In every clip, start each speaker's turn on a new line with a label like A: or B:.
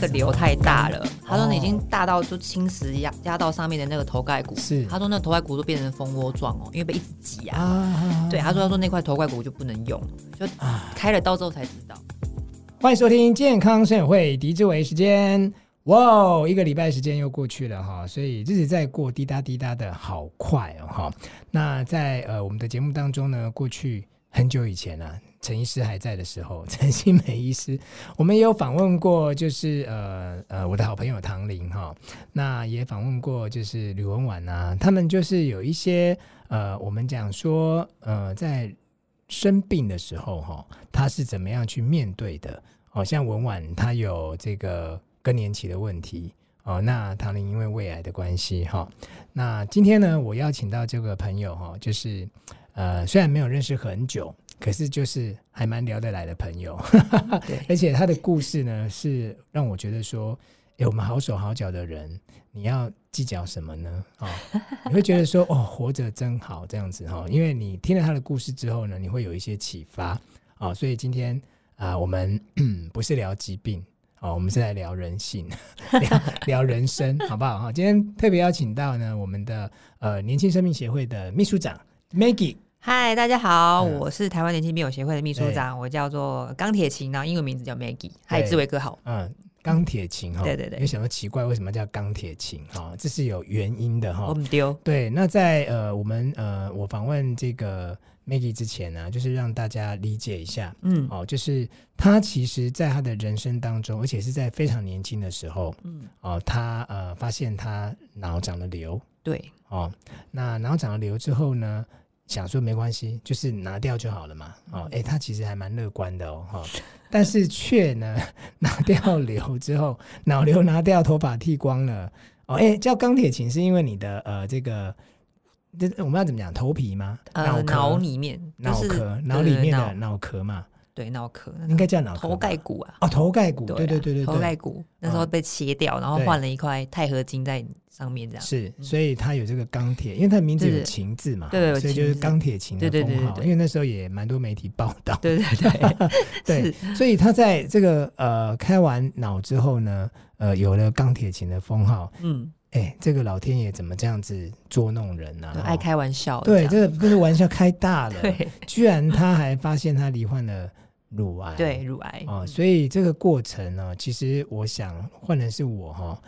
A: 个瘤太大了，他说你已经大到就侵蚀压压到上面的那个头盖骨，
B: 是
A: 他说那头盖骨都变成蜂窝状哦，因为被一直挤啊。
B: 啊，
A: 对，他说他说那块头盖骨就不能用，就开了刀之后才知道。
B: 欢迎收听健康生友会狄志伟时间。哇哦，一个礼拜时间又过去了哈，所以日子在过，滴答滴答的好快哦哈。那在呃我们的节目当中呢，过去很久以前啊，陈医师还在的时候， 陈新梅医师，我们也有访问过，就是呃呃我的好朋友唐玲哈，那也访问过就是吕文婉啊，他们就是有一些呃我们讲说呃在生病的时候哈，他是怎么样去面对的？哦，像文婉她有这个更年期的问题哦，那唐玲因为胃癌的关系哈、那今天呢，我邀请到这个朋友哈、就是呃虽然没有认识很久，可是就是还蛮聊得来的朋友，
A: 对
B: 而且他的故事呢是让我觉得说，哎，我们好手好脚的人，你要计较什么呢？哦，你会觉得说，哦，活着真好这样子哈、哦，因为你听了他的故事之后呢，你会有一些启发哦，所以今天啊、我们不是聊疾病。哦，我们是来聊人性， 聊聊人生， 好不好？哈，今天特别邀请到呢，我们的呃年轻生命协会的秘书长 Maggie，
A: 嗨，大家好，
B: 嗯
A: 我是台湾年轻病友协会的秘书长，我叫做钢铁琴，然后英文名字叫 Maggie。嗨，
B: 对
A: 志伟哥好。
B: 嗯，钢铁琴哈，
A: 对对对
B: 有想到奇怪为什么叫钢铁琴哈？这是有原因的哈
A: 我。们丢，
B: 对，那在呃我们呃我访问这个 Maggie 之前呢、就是让大家理解一下
A: 嗯
B: 哦，就是他其实在他的人生当中，而且是在非常年轻的时候
A: 嗯，
B: 哦，他呃发现他脑长了瘤
A: 对，
B: 哦，那脑长了瘤之后呢？想说没关系，就是拿掉就好了嘛。哦，哎、他其实还蛮乐观的哦，哈、但是却呢，拿掉瘤之后，脑瘤拿掉，头发剃光了。哦，哎、叫钢铁琴是因为你的呃这个，这我们要怎么讲？头皮吗？
A: 呃，
B: 壳
A: 脑里面，
B: 脑
A: 就是
B: 壳，脑里面的
A: 对
B: 脑壳嘛，
A: 对脑壳，
B: 应该叫脑壳吧
A: 头盖骨啊。
B: 哦，头盖骨，对
A: 啊
B: 对对对
A: 头盖
B: 对，
A: 骨那时候被切掉，然后
B: 对
A: 换了一块钛合金在上面，这样。
B: 是，所以它有这个钢铁，因为它名
A: 嗯
B: 字
A: 对
B: 有
A: 对
B: 琴字嘛，
A: 对有
B: 所以就是
A: 琴字
B: 钢铁琴的
A: 对对对
B: 封
A: 对
B: 号。
A: 对
B: 因为那时候也蛮多媒体报道，
A: 对对对
B: 对，所以他在这个呃开完脑之后呢，呃有了钢铁琴的封号，
A: 嗯，
B: 哎、这个老天爷怎么这样子捉弄人呢、
A: 对
B: 啊？
A: 爱开玩笑的
B: 对，
A: 样。
B: 这个不是玩笑开大了，
A: 对
B: 居然他还发现他罹患了乳癌，
A: 对，乳癌
B: 哦，所以这个过程呢、其实我想换成是我哈、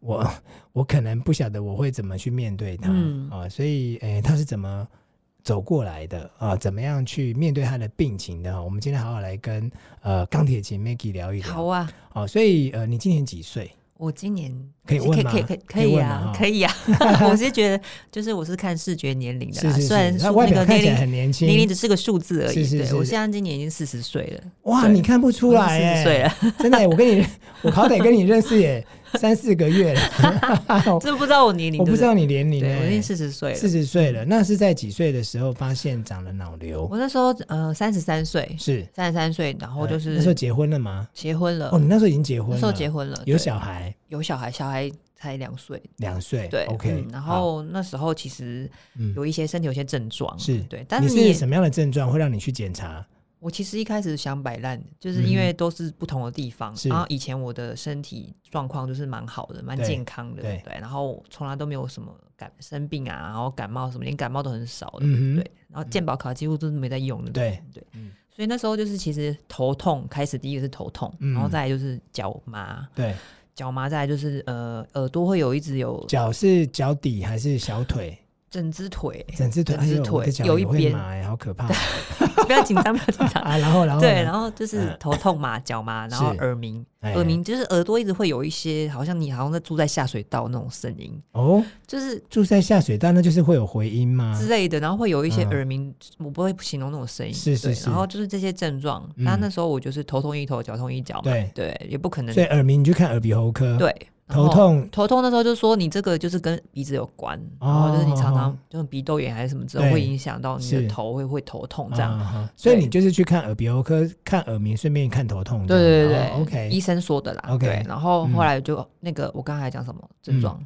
B: 我我可能不晓得我会怎么去面对它啊、
A: 嗯
B: 哦所以诶、他是怎么走过来的啊、怎么样去面对他的病情的、哦？我们今天好好来跟呃钢铁琴 Maggie 聊一聊。
A: 好啊，
B: 哦，所以呃，你今年几岁？
A: 我今年
B: 可以问吗
A: 可以可以可
B: 可以
A: 以
B: 问
A: 啊
B: 吗，哦
A: 可以 啊。我是觉得，就是我是看视觉年龄的
B: 是
A: 啦，
B: 是
A: 虽然
B: 是，他
A: 数
B: 外
A: 那
B: 表
A: 个
B: 看
A: 年
B: 起来
A: 龄
B: 很年轻。
A: 年龄只是个数字而
B: 是
A: 已。
B: 是
A: 对
B: 是
A: 我现在今年已经四十岁了，
B: 哇，
A: 对
B: 你看不出来欸
A: 四
B: 耶、
A: 十岁 了，
B: 真的耶、我跟你，我好歹跟你认识也三四个月了，
A: 这不知道我 年龄，
B: 我不知
A: 对
B: 道你年
A: 对，
B: 龄
A: 对我已
B: 耶、
A: 经四十岁了嗯
B: 四。十岁了，那是在几岁的时候发现长了脑瘤？
A: 我那时候呃三十三岁，
B: 是，
A: 三十三岁，然后就
B: 呃那时候
A: 是
B: 结婚了吗？
A: 结婚了
B: 哦，，你那时候已经结婚了，
A: 那时候结婚了，
B: 有
A: 对
B: 小孩，
A: 有小孩，小孩才两岁，
B: 两岁，
A: 对
B: ，OK
A: 嗯。然
B: 好
A: 后那时候其实
B: 嗯
A: 有一些身体有些症状，
B: 是
A: 对，但
B: 你
A: 是你也
B: 是什么样的症状会让你去检查？
A: 我其实一开始想摆烂，就是因为都是不同的地方，
B: 嗯是
A: 然后以前我的身体状况就是蛮好的，蛮
B: 对
A: 健康的，
B: 对
A: 对，然后从来都没有什么感生病啊，然后感冒什么，连感冒都很少的，
B: 嗯哼
A: 对，然后健保卡几乎都是没在用的，
B: 对
A: 对
B: 嗯，
A: 所以那时候就是其实头痛开始，第一个是头痛，
B: 嗯
A: 然后再来就是脚麻，
B: 对，
A: 脚麻再来就是呃耳朵会有一直有
B: 脚是脚底还是小腿？
A: 整只腿，
B: 整只腿，
A: 整只
B: 哎呦我的
A: 腿
B: 脚
A: 有
B: 也
A: 一
B: 会
A: 边
B: 麻哎耶，好 可怕
A: 不要紧张，不要紧 张。
B: 啊！然后，然后呢，
A: 对，然后就
B: 嗯
A: 是头痛嘛，脚麻，然后
B: 是
A: 耳鸣，
B: 哎
A: 耳鸣就是耳朵一直会有一些，好像你好像在住在下水道那种声音，
B: 哦，
A: 就是
B: 住在下水道，那就是会有回音吗？
A: 之类的，然后会有一些
B: 啊嗯
A: 耳鸣，我不会形容那种声音，
B: 是是
A: 对
B: 是
A: 然后就是这些症状，
B: 嗯
A: 那那时候我就是头痛一头，脚痛一脚嘛，
B: 对
A: 也不可能
B: 所以耳鸣你去看耳鼻喉科，，
A: 对
B: 头。
A: 然后
B: 痛
A: 头痛那时候就说你这个就是跟鼻子有关，然后就是你常常就是鼻窦炎还是什么之后
B: 哦对
A: 会影响到你
B: 是
A: 的头会会头痛这样，
B: 啊哈所以
A: 对
B: 你就是去看耳鼻喉科，看耳鸣，顺便看头痛
A: 对
B: 这样。
A: 对对对、
B: 哦，OK，
A: 医生说的啦
B: OK，
A: 对，然后后
B: 嗯
A: 来就、那个我刚才讲什么症状，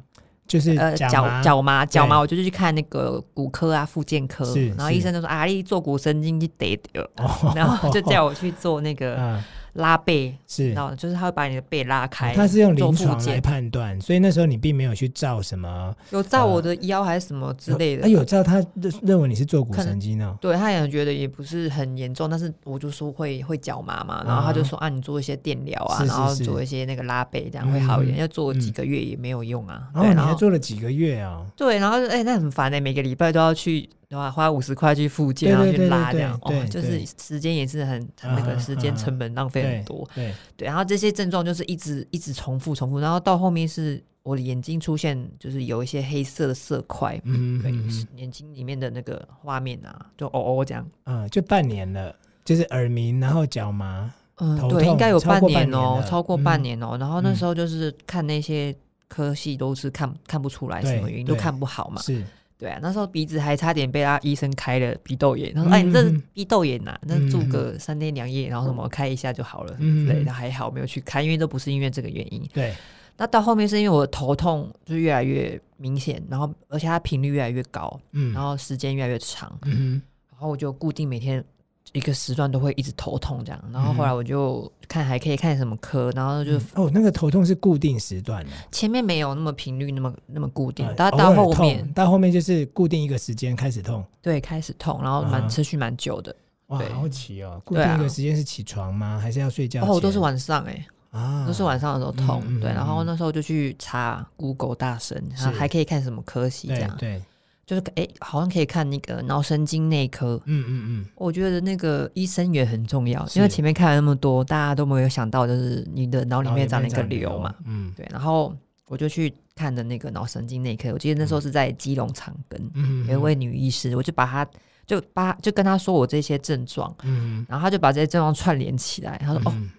B: 就是
A: 呃，
B: 脚
A: 脚
B: 麻
A: 脚麻，脚麻，
B: 对
A: 我就去看那个骨科啊、复健科
B: 是，
A: 然后
B: 是
A: 医生就说啊，你坐骨神经就得掉，
B: 哦
A: 然后就叫我去做那个
B: 嗯，
A: 拉背，
B: 是哦
A: 你知，道吗就是它会把你的背拉开。
B: 他是用临
A: 做
B: 床
A: 复
B: 来
A: 健，
B: 判断，所以那时候你并没有去照什么
A: 有照
B: 呃
A: 我的腰还是什么之类的。
B: 他有照他认认为你是坐骨
A: 可能
B: 神经哦，
A: 对他也觉得也不是很严重，但是我就说会会脚麻嘛，然后他就说啊，你做一些电疗啊，
B: 是是
A: 然后
B: 是
A: 做一些那个拉背，这样会好一点。
B: 嗯
A: 要做几个月也没有用啊。
B: 然后
A: 对
B: 哦你还做了几个月啊？
A: 对，然后哎、那很烦哎、每个礼拜都要去，对吧？花五十块去复健，
B: 对
A: 然后
B: 对对
A: 去拉
B: 对
A: 这样，
B: 对
A: 哦，就
B: 对
A: 是时间也是很很那
B: 啊哈
A: 个时间
B: 啊哈
A: 成本浪费很多。
B: 对，
A: 对，然后这些症状就是一直一直重复重复，然后到后面是我的眼睛出现就是有一些黑色的色块，
B: 嗯
A: 对，
B: 嗯
A: 眼睛里面的那个画面啊，就哦哦这样。
B: 嗯，就半年了，就是耳鸣，然后脚麻，
A: 嗯
B: 头，
A: 对，应
B: 痛
A: 该有
B: 超过半
A: 年哦、
B: 年了
A: 超过
B: 嗯
A: 半年哦、然后那
B: 嗯
A: 时候就是看那些科系都是看看不出来
B: 对
A: 什么原因，都
B: 对
A: 看不好嘛。
B: 是
A: 对啊，那时候鼻子还差点被他医生开了鼻窦炎，他说：“
B: 嗯
A: 哎，你这
B: 嗯
A: 是鼻窦炎呐、那
B: 嗯
A: 住个三天两夜，然后什么开一下就好了，
B: 嗯
A: 嗯、之
B: 嗯
A: 类的。”还好没有去看，因为都不是因为这个原因。
B: 对，
A: 那到后面是因为我的头痛就越来越明显，然后而且它频率越来越高，
B: 嗯，
A: 然后时间越来越长，
B: 嗯
A: 然后我就固定每天一个时段都会一直头痛这样，然
B: 嗯
A: 后后来我就看还可以看什么科，然后就
B: 哼，哦，那个头痛是固定时段的，
A: 前面没有那么频率那么那么固定
B: 呃，
A: 但
B: 偶
A: 到
B: 尔
A: 后
B: 痛
A: 面
B: 到后面就是固定一个时间开始痛，
A: 对开始痛，然后
B: 啊
A: 蛮持续蛮久的，
B: 哇，
A: 对
B: 好奇哦，固
A: 对
B: 定一
A: 啊
B: 个时间是起床吗？还是要睡觉
A: 然
B: 前？
A: 后我都是晚上哎、
B: 啊，
A: 都是晚上的时候痛，
B: 嗯嗯
A: 对，然后
B: 嗯
A: 那时候就去查 Google 大神，然后
B: 是
A: 还可以看什么科系这
B: 对
A: 样，
B: 对，
A: 就是哎、好像可以看那个脑神经内科，
B: 嗯嗯嗯，
A: 我觉得那个医生也很重要，
B: 是
A: 因为前面看了那么多，大家都没有想到就是你的脑里
B: 然后
A: 面长了一个瘤嘛，，
B: 嗯
A: 对，然后我就去看的那个脑神经内科，我记得那时候是在基隆长庚，
B: 嗯，
A: 有一位女医师，我就把她就把就跟她说我这些症状，
B: 嗯，嗯
A: 然后她就把这些症状串联起来，她说、哦，
B: 嗯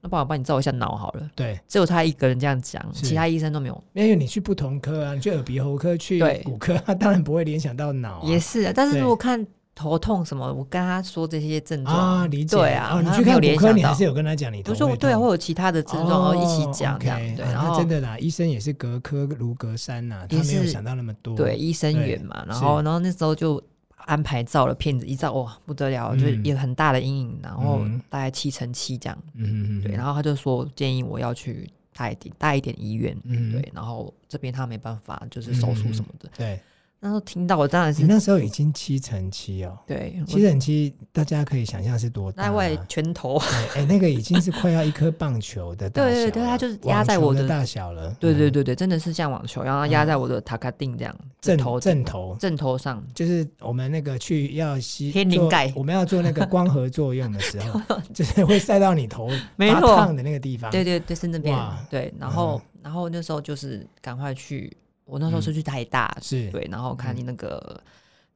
A: 那帮我帮你照一下脑好了。
B: 对，
A: 只有她一个人这样讲，
B: 是
A: 其他医生都没有。
B: 因为你去不同科啊，你去耳鼻喉科、去
A: 对
B: 骨科，他当然不会联想到脑啊
A: 也是啊，但是
B: 对
A: 如果看头痛什么，我跟他说这些症状，
B: 啊，理解
A: 对啊
B: 哦你
A: 他
B: 去
A: 没
B: 看
A: 有
B: 骨
A: 联
B: 科，
A: 想
B: 你还
A: 到
B: 是有跟他讲你头
A: 我
B: 会
A: 说
B: 痛，哦
A: 我对啊，会有其他的症状，然后一起讲这样，
B: 哦，OK，
A: 对，
B: 啊
A: 然
B: 那
A: 后
B: 真的啦，医生也是隔科如隔山呐，他
A: 也
B: 没有
A: 是
B: 想到那么多，
A: 对，医生
B: 对
A: 缘嘛，然
B: 是
A: 后然后那时候就安排照了片子，一照哇不得了，
B: 嗯
A: 就是有很大的阴影，然后
B: 嗯
A: 大概七成七这样，
B: 嗯，嗯嗯，
A: 对，然后他就说建议我要去大一点大一点医院，
B: 嗯
A: 对，然后这边他没办法，就是手术什么的。
B: 对，
A: 那时候听到我当然
B: 你
A: 是
B: 哎那时候已经七乘七哦，
A: 对，
B: 七乘七大家可以想象是多大
A: 那
B: 啊，
A: 外拳头，
B: 哎哎，那个已经是快要一颗棒球的大小了，
A: 对对对它就是压在
B: 网球
A: 我
B: 的
A: 的
B: 大小了，
A: 对对
B: 嗯，
A: 对对，真的是像网球，然后压在我的塔卡定这样，
B: 正
A: 头
B: 正头。
A: 正头上，
B: 就是我们那个去要吸
A: 天灵盖
B: 做我们要做那个光合作用的时候， 就是会晒到你头
A: 没
B: 发
A: 错
B: 烫的那个地方。
A: 对对对，是那边
B: 哇，嗯
A: 对，然后然后那时候就是赶快去，我那时候是去台大，
B: 是
A: 对，然后看那个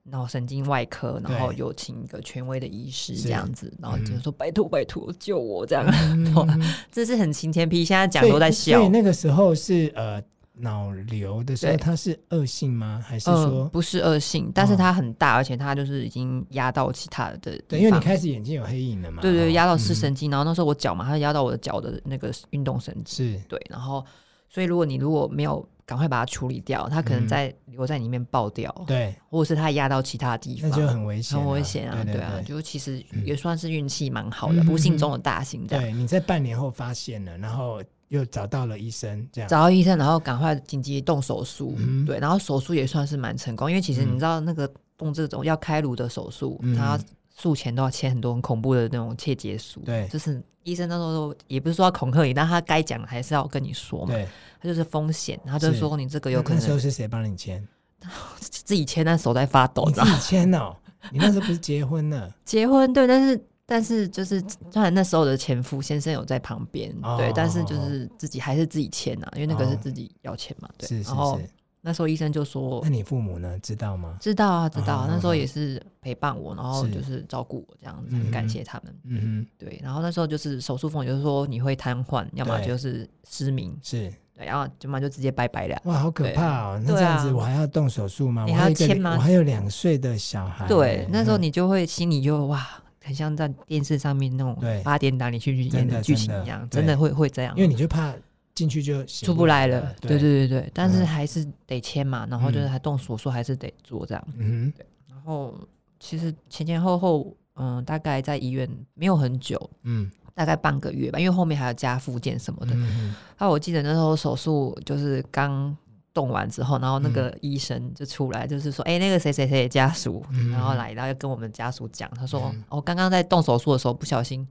A: 脑神经外科，
B: 嗯对
A: 然后有请一个权威的医师
B: 是
A: 这样子，然后就
B: 嗯
A: 说拜托拜托救我这样，
B: 嗯，
A: 哇
B: 嗯
A: 这是很晴天霹雳，现在讲
B: 所以
A: 都在
B: 所以
A: 笑。
B: 那个时候是呃脑瘤的时候，
A: 对
B: 它是恶性吗？还是
A: 嗯，
B: 说、嗯
A: 不是恶性，但是它很大，而且它就是已经压到其他的地
B: 对？因为你
A: 方
B: 开始眼睛有黑影了嘛？
A: 对对，
B: 哦
A: 对压到视
B: 嗯
A: 神经，然后那时候我脚嘛，它压到我的脚的那个运动神经，
B: 是
A: 对，然后所以如果你如果没有赶快把它处理掉，它可能
B: 嗯
A: 在留在里面爆掉，
B: 对，
A: 或者是它压到其他地
B: 那
A: 方，
B: 就很危险啊，
A: 很危险啊，对
B: 对对
A: 啊，
B: 对
A: 就其实也算是运气蛮好
B: 嗯
A: 的，
B: 哼
A: 不幸
B: 哼
A: 中的大幸这样。
B: 对你在半年后发现了，然后又找到了医生，这样
A: 找到医生，然后赶快紧急动手术，
B: 嗯
A: 对，然后手术也算是蛮成功，因为其实你知道那个动这种要开颅的手术，
B: 嗯
A: 他术前都要签很多很恐怖的那种切结书，
B: 对
A: 就是医生那时候也不是说要恐吓你，但他该讲的还是要跟你说嘛，
B: 对，
A: 他就是风险，他就是说你这个
B: 那
A: 有可
B: 那时候
A: 能
B: 是谁帮你签？
A: 自己签，但手在发抖，
B: 你
A: 你知
B: 自
A: 道吗？
B: 己签 哦，你那时候不是结婚了？
A: 结婚对，但是但是就是当然那时候的前夫先生有在旁边，
B: 哦
A: 对，但是就
B: 哦哦
A: 是自己还是自己签啊，因为那个是
B: 哦
A: 自己要签 嘛，对，
B: 是是
A: 然后
B: 是，
A: 那时候医生就说
B: 那你父母呢？知道吗？
A: 知道啊，知道、
B: 啊
A: 啊，那时
B: 啊
A: 候也是陪伴我，然后
B: 是
A: 就是照顾我这样子，
B: 嗯
A: 很感
B: 嗯
A: 谢他们。
B: 嗯
A: 对，然后那时候就是手术风险，就是说你会瘫痪，要么
B: 对
A: 就是失明
B: 哼，，是
A: 对，然后要么就直接拜拜了。
B: 哇，好可
A: 对
B: 怕哦！那这
A: 对啊
B: 样子我还要动手术吗？
A: 你
B: 我
A: 还
B: 还
A: 要
B: 有一个
A: 签
B: 两
A: 吗
B: 我还有两岁的小孩。
A: 对，那时候
B: 嗯
A: 你就会心里就哇，很像在电视上面那
B: 对
A: 种八点档里去
B: 真
A: 演
B: 的
A: 的剧
B: 真
A: 情
B: 的
A: 一样，
B: 对
A: 真的会会这样
B: 因，为你就怕进去就醒
A: 出不来了
B: 了。。
A: 对对对对，但是
B: 嗯
A: 还是得签嘛，然后就是还动手术还是得做这样。
B: 嗯哼
A: 然后其实前前后后，嗯，大概在医院没有很久，
B: 嗯，
A: 大概半个月吧，因为后面还要加附件什么的。
B: 嗯
A: 啊，我记得那时候手术就是刚动完之后，然后那个医生就出来，就是说，哎、那个谁谁谁的家属，
B: 嗯
A: 然后来，然后跟我们家属讲，他说，哦
B: 嗯
A: 我刚刚在动手术的时候不小心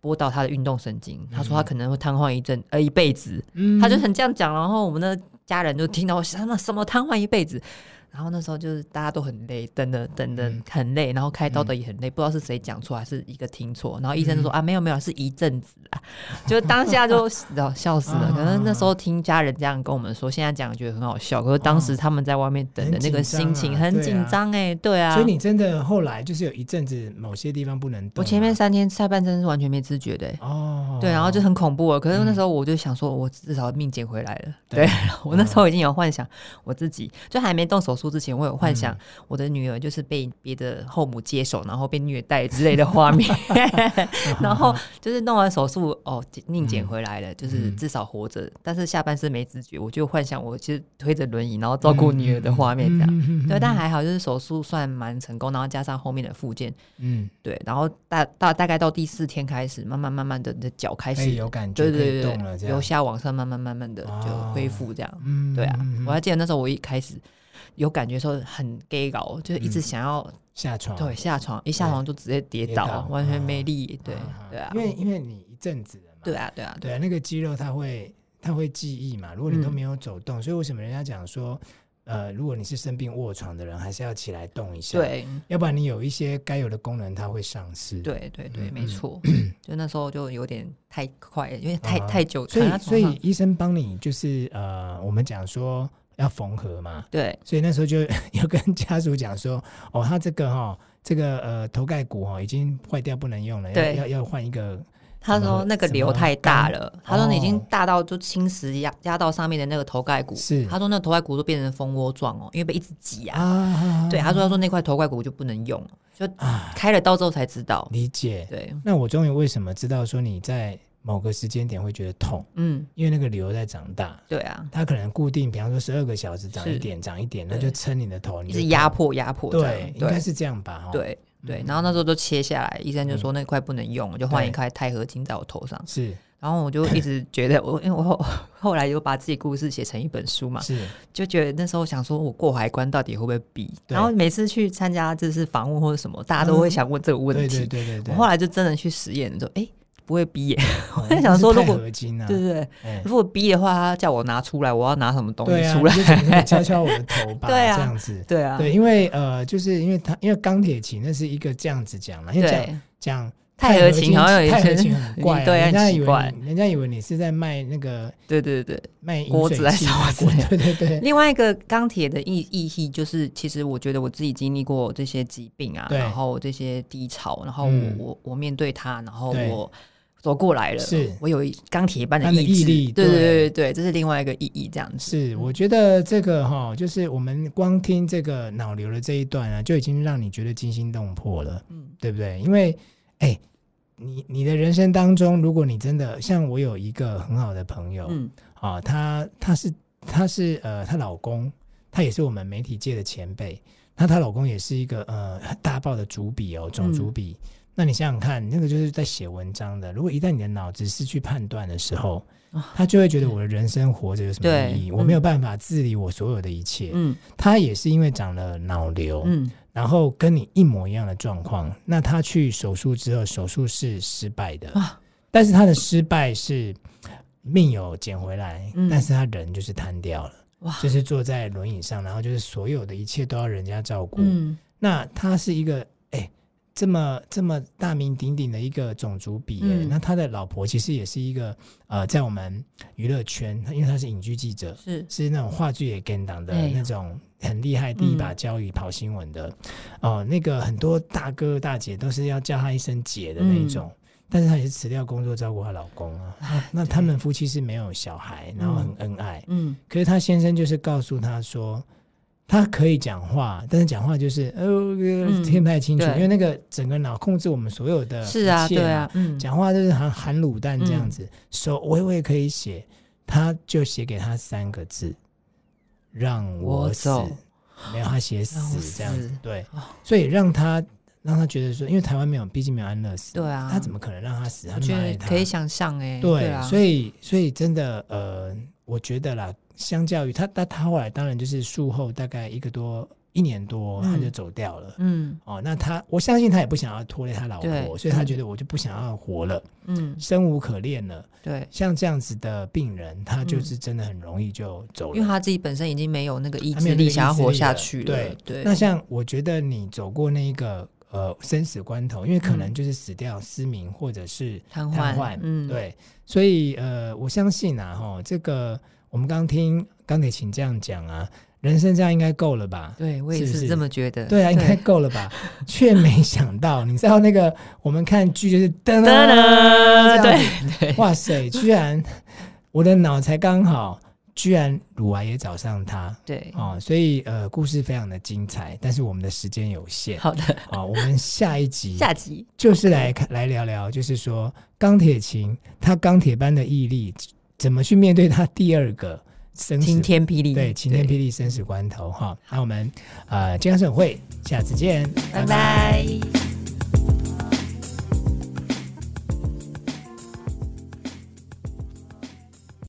A: 拨到他的运动神经，他说他可能会瘫痪一阵，呃，一辈子。
B: 嗯
A: 他就很这样讲，然后我们的家人就听到，什么什么瘫痪一辈子。然后那时候就是大家都很累，等的等的
B: 嗯
A: 很累，然后开刀的也很累，不知道是谁讲错还是一个听错，
B: 嗯
A: 然后医生就说、啊没有没有是一阵子啊，就当下就笑笑死
B: 嗯
A: 了。可能那时候听家人这样跟我们说，现在讲觉得很好笑，可是当时他们在外面等的那个心情
B: 哦
A: 很
B: 很紧张啊
A: 紧张哎、对啊。
B: 所以你真的后来就是有一阵子某些地方不能动
A: 我
B: 啊，
A: 前面三天下半身是完全没知觉的、欸
B: 哦，嗯
A: 对，然后就很恐怖了。可是那时候我就想说，我至少命捡回来了。
B: 对啊
A: 对 我那时
B: 嗯
A: 候已经有幻想我自己，就还没动手术之前，我有幻
B: 嗯
A: 想我的女儿就是被别的后母接手，然后被虐待之类的画 面。然后就是弄完手术，哦，命
B: 嗯
A: 捡回来了，就是至少活着，但是下半身没知觉。我就幻想我其实推着轮椅，然后照顾女儿
B: 嗯
A: 的画面这样。
B: 样
A: 对，但还好，就是手术算蛮成功，然后加上后面的复健，
B: 嗯，
A: 对，然后大大大概到第四天开始，慢慢慢慢的，你的脚开
B: 哎，
A: 始
B: 有感觉，
A: 对
B: 可以
A: 对对
B: 动了这
A: 对，
B: 样
A: 由，下往上慢慢慢慢的
B: 哦
A: 就恢复这样。
B: 嗯
A: 对啊，
B: 嗯嗯
A: 我还记得那时候我一开始有感觉的时候很 gay 搞，就是一直
B: 嗯
A: 想要、
B: 下床，
A: 对下床，一下床就直接跌
B: 哦跌
A: 倒，
B: 倒
A: 完全没
B: 嗯
A: 力。对
B: 啊
A: 对啊
B: 因，为因为你一阵子了嘛，
A: 对啊对啊对
B: 对啊，那个肌肉它会它会记忆嘛，如果你都
A: 嗯
B: 没有走动，所以为什么人家讲说，呃，如果你是生病卧床的人，还是要起来动一下，，
A: 对
B: 要不然你有一些该有的功能它会丧失，。
A: 对对对，
B: 嗯
A: 没
B: 嗯
A: 错。 就那时候就有点太快了，因为太
B: 啊
A: 太久
B: 所
A: 躺在
B: 以，所
A: 床
B: 以
A: 上。
B: 医生帮你就是呃，我们讲说要缝合嘛，
A: 对
B: 所以那时候就 有跟家属讲说，哦，他这个哈、这个呃头盖骨哈、已经坏掉不能用了，要
A: 对
B: 要要换一个，
A: 他
B: 什么
A: 说那个
B: 什
A: 瘤
B: 么
A: 太大
B: 肝
A: 了，他说你已经
B: 哦
A: 大到就侵蚀压压到上面的那个头盖骨，
B: 是
A: 他说那头盖骨都变成蜂窝状哦，因为被一直挤啊。
B: 啊
A: 对，他说他说那块头盖骨就不能用了，就
B: 啊，
A: 开了刀之后才知道。
B: 理解。
A: 对，
B: 那我终于为什么知道说你在某个时间点会觉得痛，
A: 嗯，
B: 因为那个瘤在长大。
A: 对啊，
B: 它可能固定，比方说十二个小时长一
A: 是
B: 点，长一点，那
A: 对
B: 就撑你的头，你
A: 一
B: 就
A: 直压
B: 痛。
A: 迫压迫这样
B: 对，应该
A: 对
B: 是这样吧？哦，嗯
A: 对对，然后那时候就切下来，医生就说那块不能用，就换
B: 对
A: 一块钛合金在我头上。
B: 是
A: 然后我就一 直觉得我，因为我后后来有把自己故事写成一本书嘛，
B: 是，
A: 就觉得那时候想说我过海关到底会不会比？
B: 对嗯
A: 然后每次去参加就是访问或者什么，大家都会想问这个问
B: 对
A: 题。
B: 对对对哦对。
A: 我后来就真的去实验，就哎、不会逼耶，
B: 我
A: 在想说如果
B: 合金啊，
A: 对不对？
B: 哎
A: 如果逼的话，他叫我拿出来，我要拿什么东西
B: 对啊，
A: 出来？
B: 你就只能敲敲我的头 吧，
A: 对啊
B: 这样子。
A: 对啊，
B: 对，因为呃，就是因为他，因为钢铁琴那是一个这样子讲了，因为讲
A: 对，
B: 讲
A: 钛合金好像有一
B: 钛合
A: 些
B: 金很怪啊，
A: 对啊
B: 人家
A: 很
B: 以
A: 奇
B: 为
A: 怪
B: 你人家以为你是在卖那个
A: 对对对。
B: 卖饮
A: 锅
B: 水
A: 子还
B: 器
A: 是
B: 啊
A: 什么之类
B: 对对 对
A: 另外一个钢铁的意意义就是，其实我觉得我自己经历过这些疾病啊，
B: 对
A: 然后这些低潮，然后我、
B: 嗯
A: 我我面对它，然后
B: 对
A: 我走过来了，
B: 是
A: 我有一钢铁般的
B: 般的
A: 志，
B: 毅力
A: 对
B: 对
A: 对对对，这是另外一个意义，这样子。
B: 是，我觉得这个哈、就是我们光听这个脑瘤的这一段啊，就已经让你觉得惊心动魄了，
A: 嗯，
B: 对不对？因为，哎，你你的人生当中，如果你真的像我有一个很好的朋友，
A: 嗯，
B: 啊，她她是她是呃，她老公，她也是我们媒体界的前辈。那她老公也是一个呃大报的主笔哦，总
A: 嗯
B: 主笔。那你想想看，那个就是在写文章的。如果一旦你的脑子失去判断的时候，他就会觉得我的人生活着有什么
A: 啊对
B: 意义？
A: 嗯
B: 我没有办法治理我所有的一切。
A: 嗯
B: 他也是因为长了脑瘤，
A: 嗯
B: 然后跟你一模一样的状况。那他去手术之后，手术是失败的，
A: 啊
B: 但是他的失败是命有捡回来，
A: 嗯
B: 但是他人就是瘫掉了，
A: 哇
B: 就是坐在轮椅上，然后就是所有的一切都要人家照顾。
A: 嗯，
B: 那他是一个哎。这么这么大名鼎鼎的一个种族比、哎
A: 嗯
B: 那他的老婆其实也是一个呃，在我们娱乐圈，因为他是影剧记者，
A: 是
B: 是那种话剧也跟党的
A: 哎嗯
B: 那种很厉害，第一把交椅跑新闻的，哦、那个很多大哥大姐都是要叫她一声姐的那一
A: 嗯
B: 种。但是她也是辞掉工作照顾她老公啊，那他们夫妻是没有小孩，然后很恩爱。
A: 嗯
B: 可是她先生就是告诉她说，她可以讲话，但是讲话就是呃、听不太清楚，
A: 嗯对
B: 因为那个整个脑控制我们所有的
A: 是啊
B: 呃一切
A: 对
B: 嘛
A: 啊，嗯
B: 讲话就是含含卤蛋这样子，手微微可以写，他就写给他三个字，让我
A: 我
B: 死
A: 走。
B: 没有，他写
A: 让我
B: 死这样子
A: 死，哦
B: 对，所以让他让他觉得说，因为台湾没有，毕竟没有安乐死，
A: 对啊
B: 他怎么可能让他死？他
A: 我
B: 那
A: 觉
B: 么爱
A: 得
B: 他
A: 可以想象哎、
B: 对，
A: 对啊，
B: 所以所以真的呃，我觉得啦，相较于他，他他后来当然就是术后大概一个多一年多，他
A: 嗯
B: 就走掉了。
A: 嗯
B: 哦，那他我相信他也不想要拖累他老婆，
A: 对
B: 所以他
A: 嗯
B: 觉得我就不想要活了，
A: 嗯，
B: 生无可恋了。
A: 对，
B: 像这样子的病人，他就
A: 嗯
B: 是真的很容易就走了，
A: 因为他自己本身已经没有那个意
B: 他没有
A: 志
B: 那个
A: 力
B: 意
A: 想要
B: 志
A: 活
B: 力
A: 下
B: 了
A: 去了，
B: 对
A: 对，
B: 那像我觉得你走过那一个呃生死关头，因为可能
A: 嗯
B: 就是死掉、失明或者是
A: 瘫
B: 瘫
A: 痪，嗯，，
B: 对，所以呃，我相信啊，哈，这个我们刚听钢铁琴这样讲啊，人生这样应该够了吧？
A: 对我
B: 是
A: 也
B: 不
A: 是
B: 是
A: 这么觉得，
B: 对啊，应 该够了吧？却没想到，你知道那个我们看剧就是噔噔
A: 噔噔，对 对，
B: 哇塞，居然我的脑才刚好，居然乳癌也找上 他
A: 对，
B: 哦，所以呃，故事非常的精彩，但是我们的时间有 限。
A: 好的，
B: 好，我们下一集
A: 下集
B: 就是来看来聊聊，就是说钢铁琴他钢铁般的毅力，怎么去面对他第二个生死
A: 晴天霹雳，
B: 对晴天霹雳生死关头哈。那我们呃健康生活会下次见，
A: 拜拜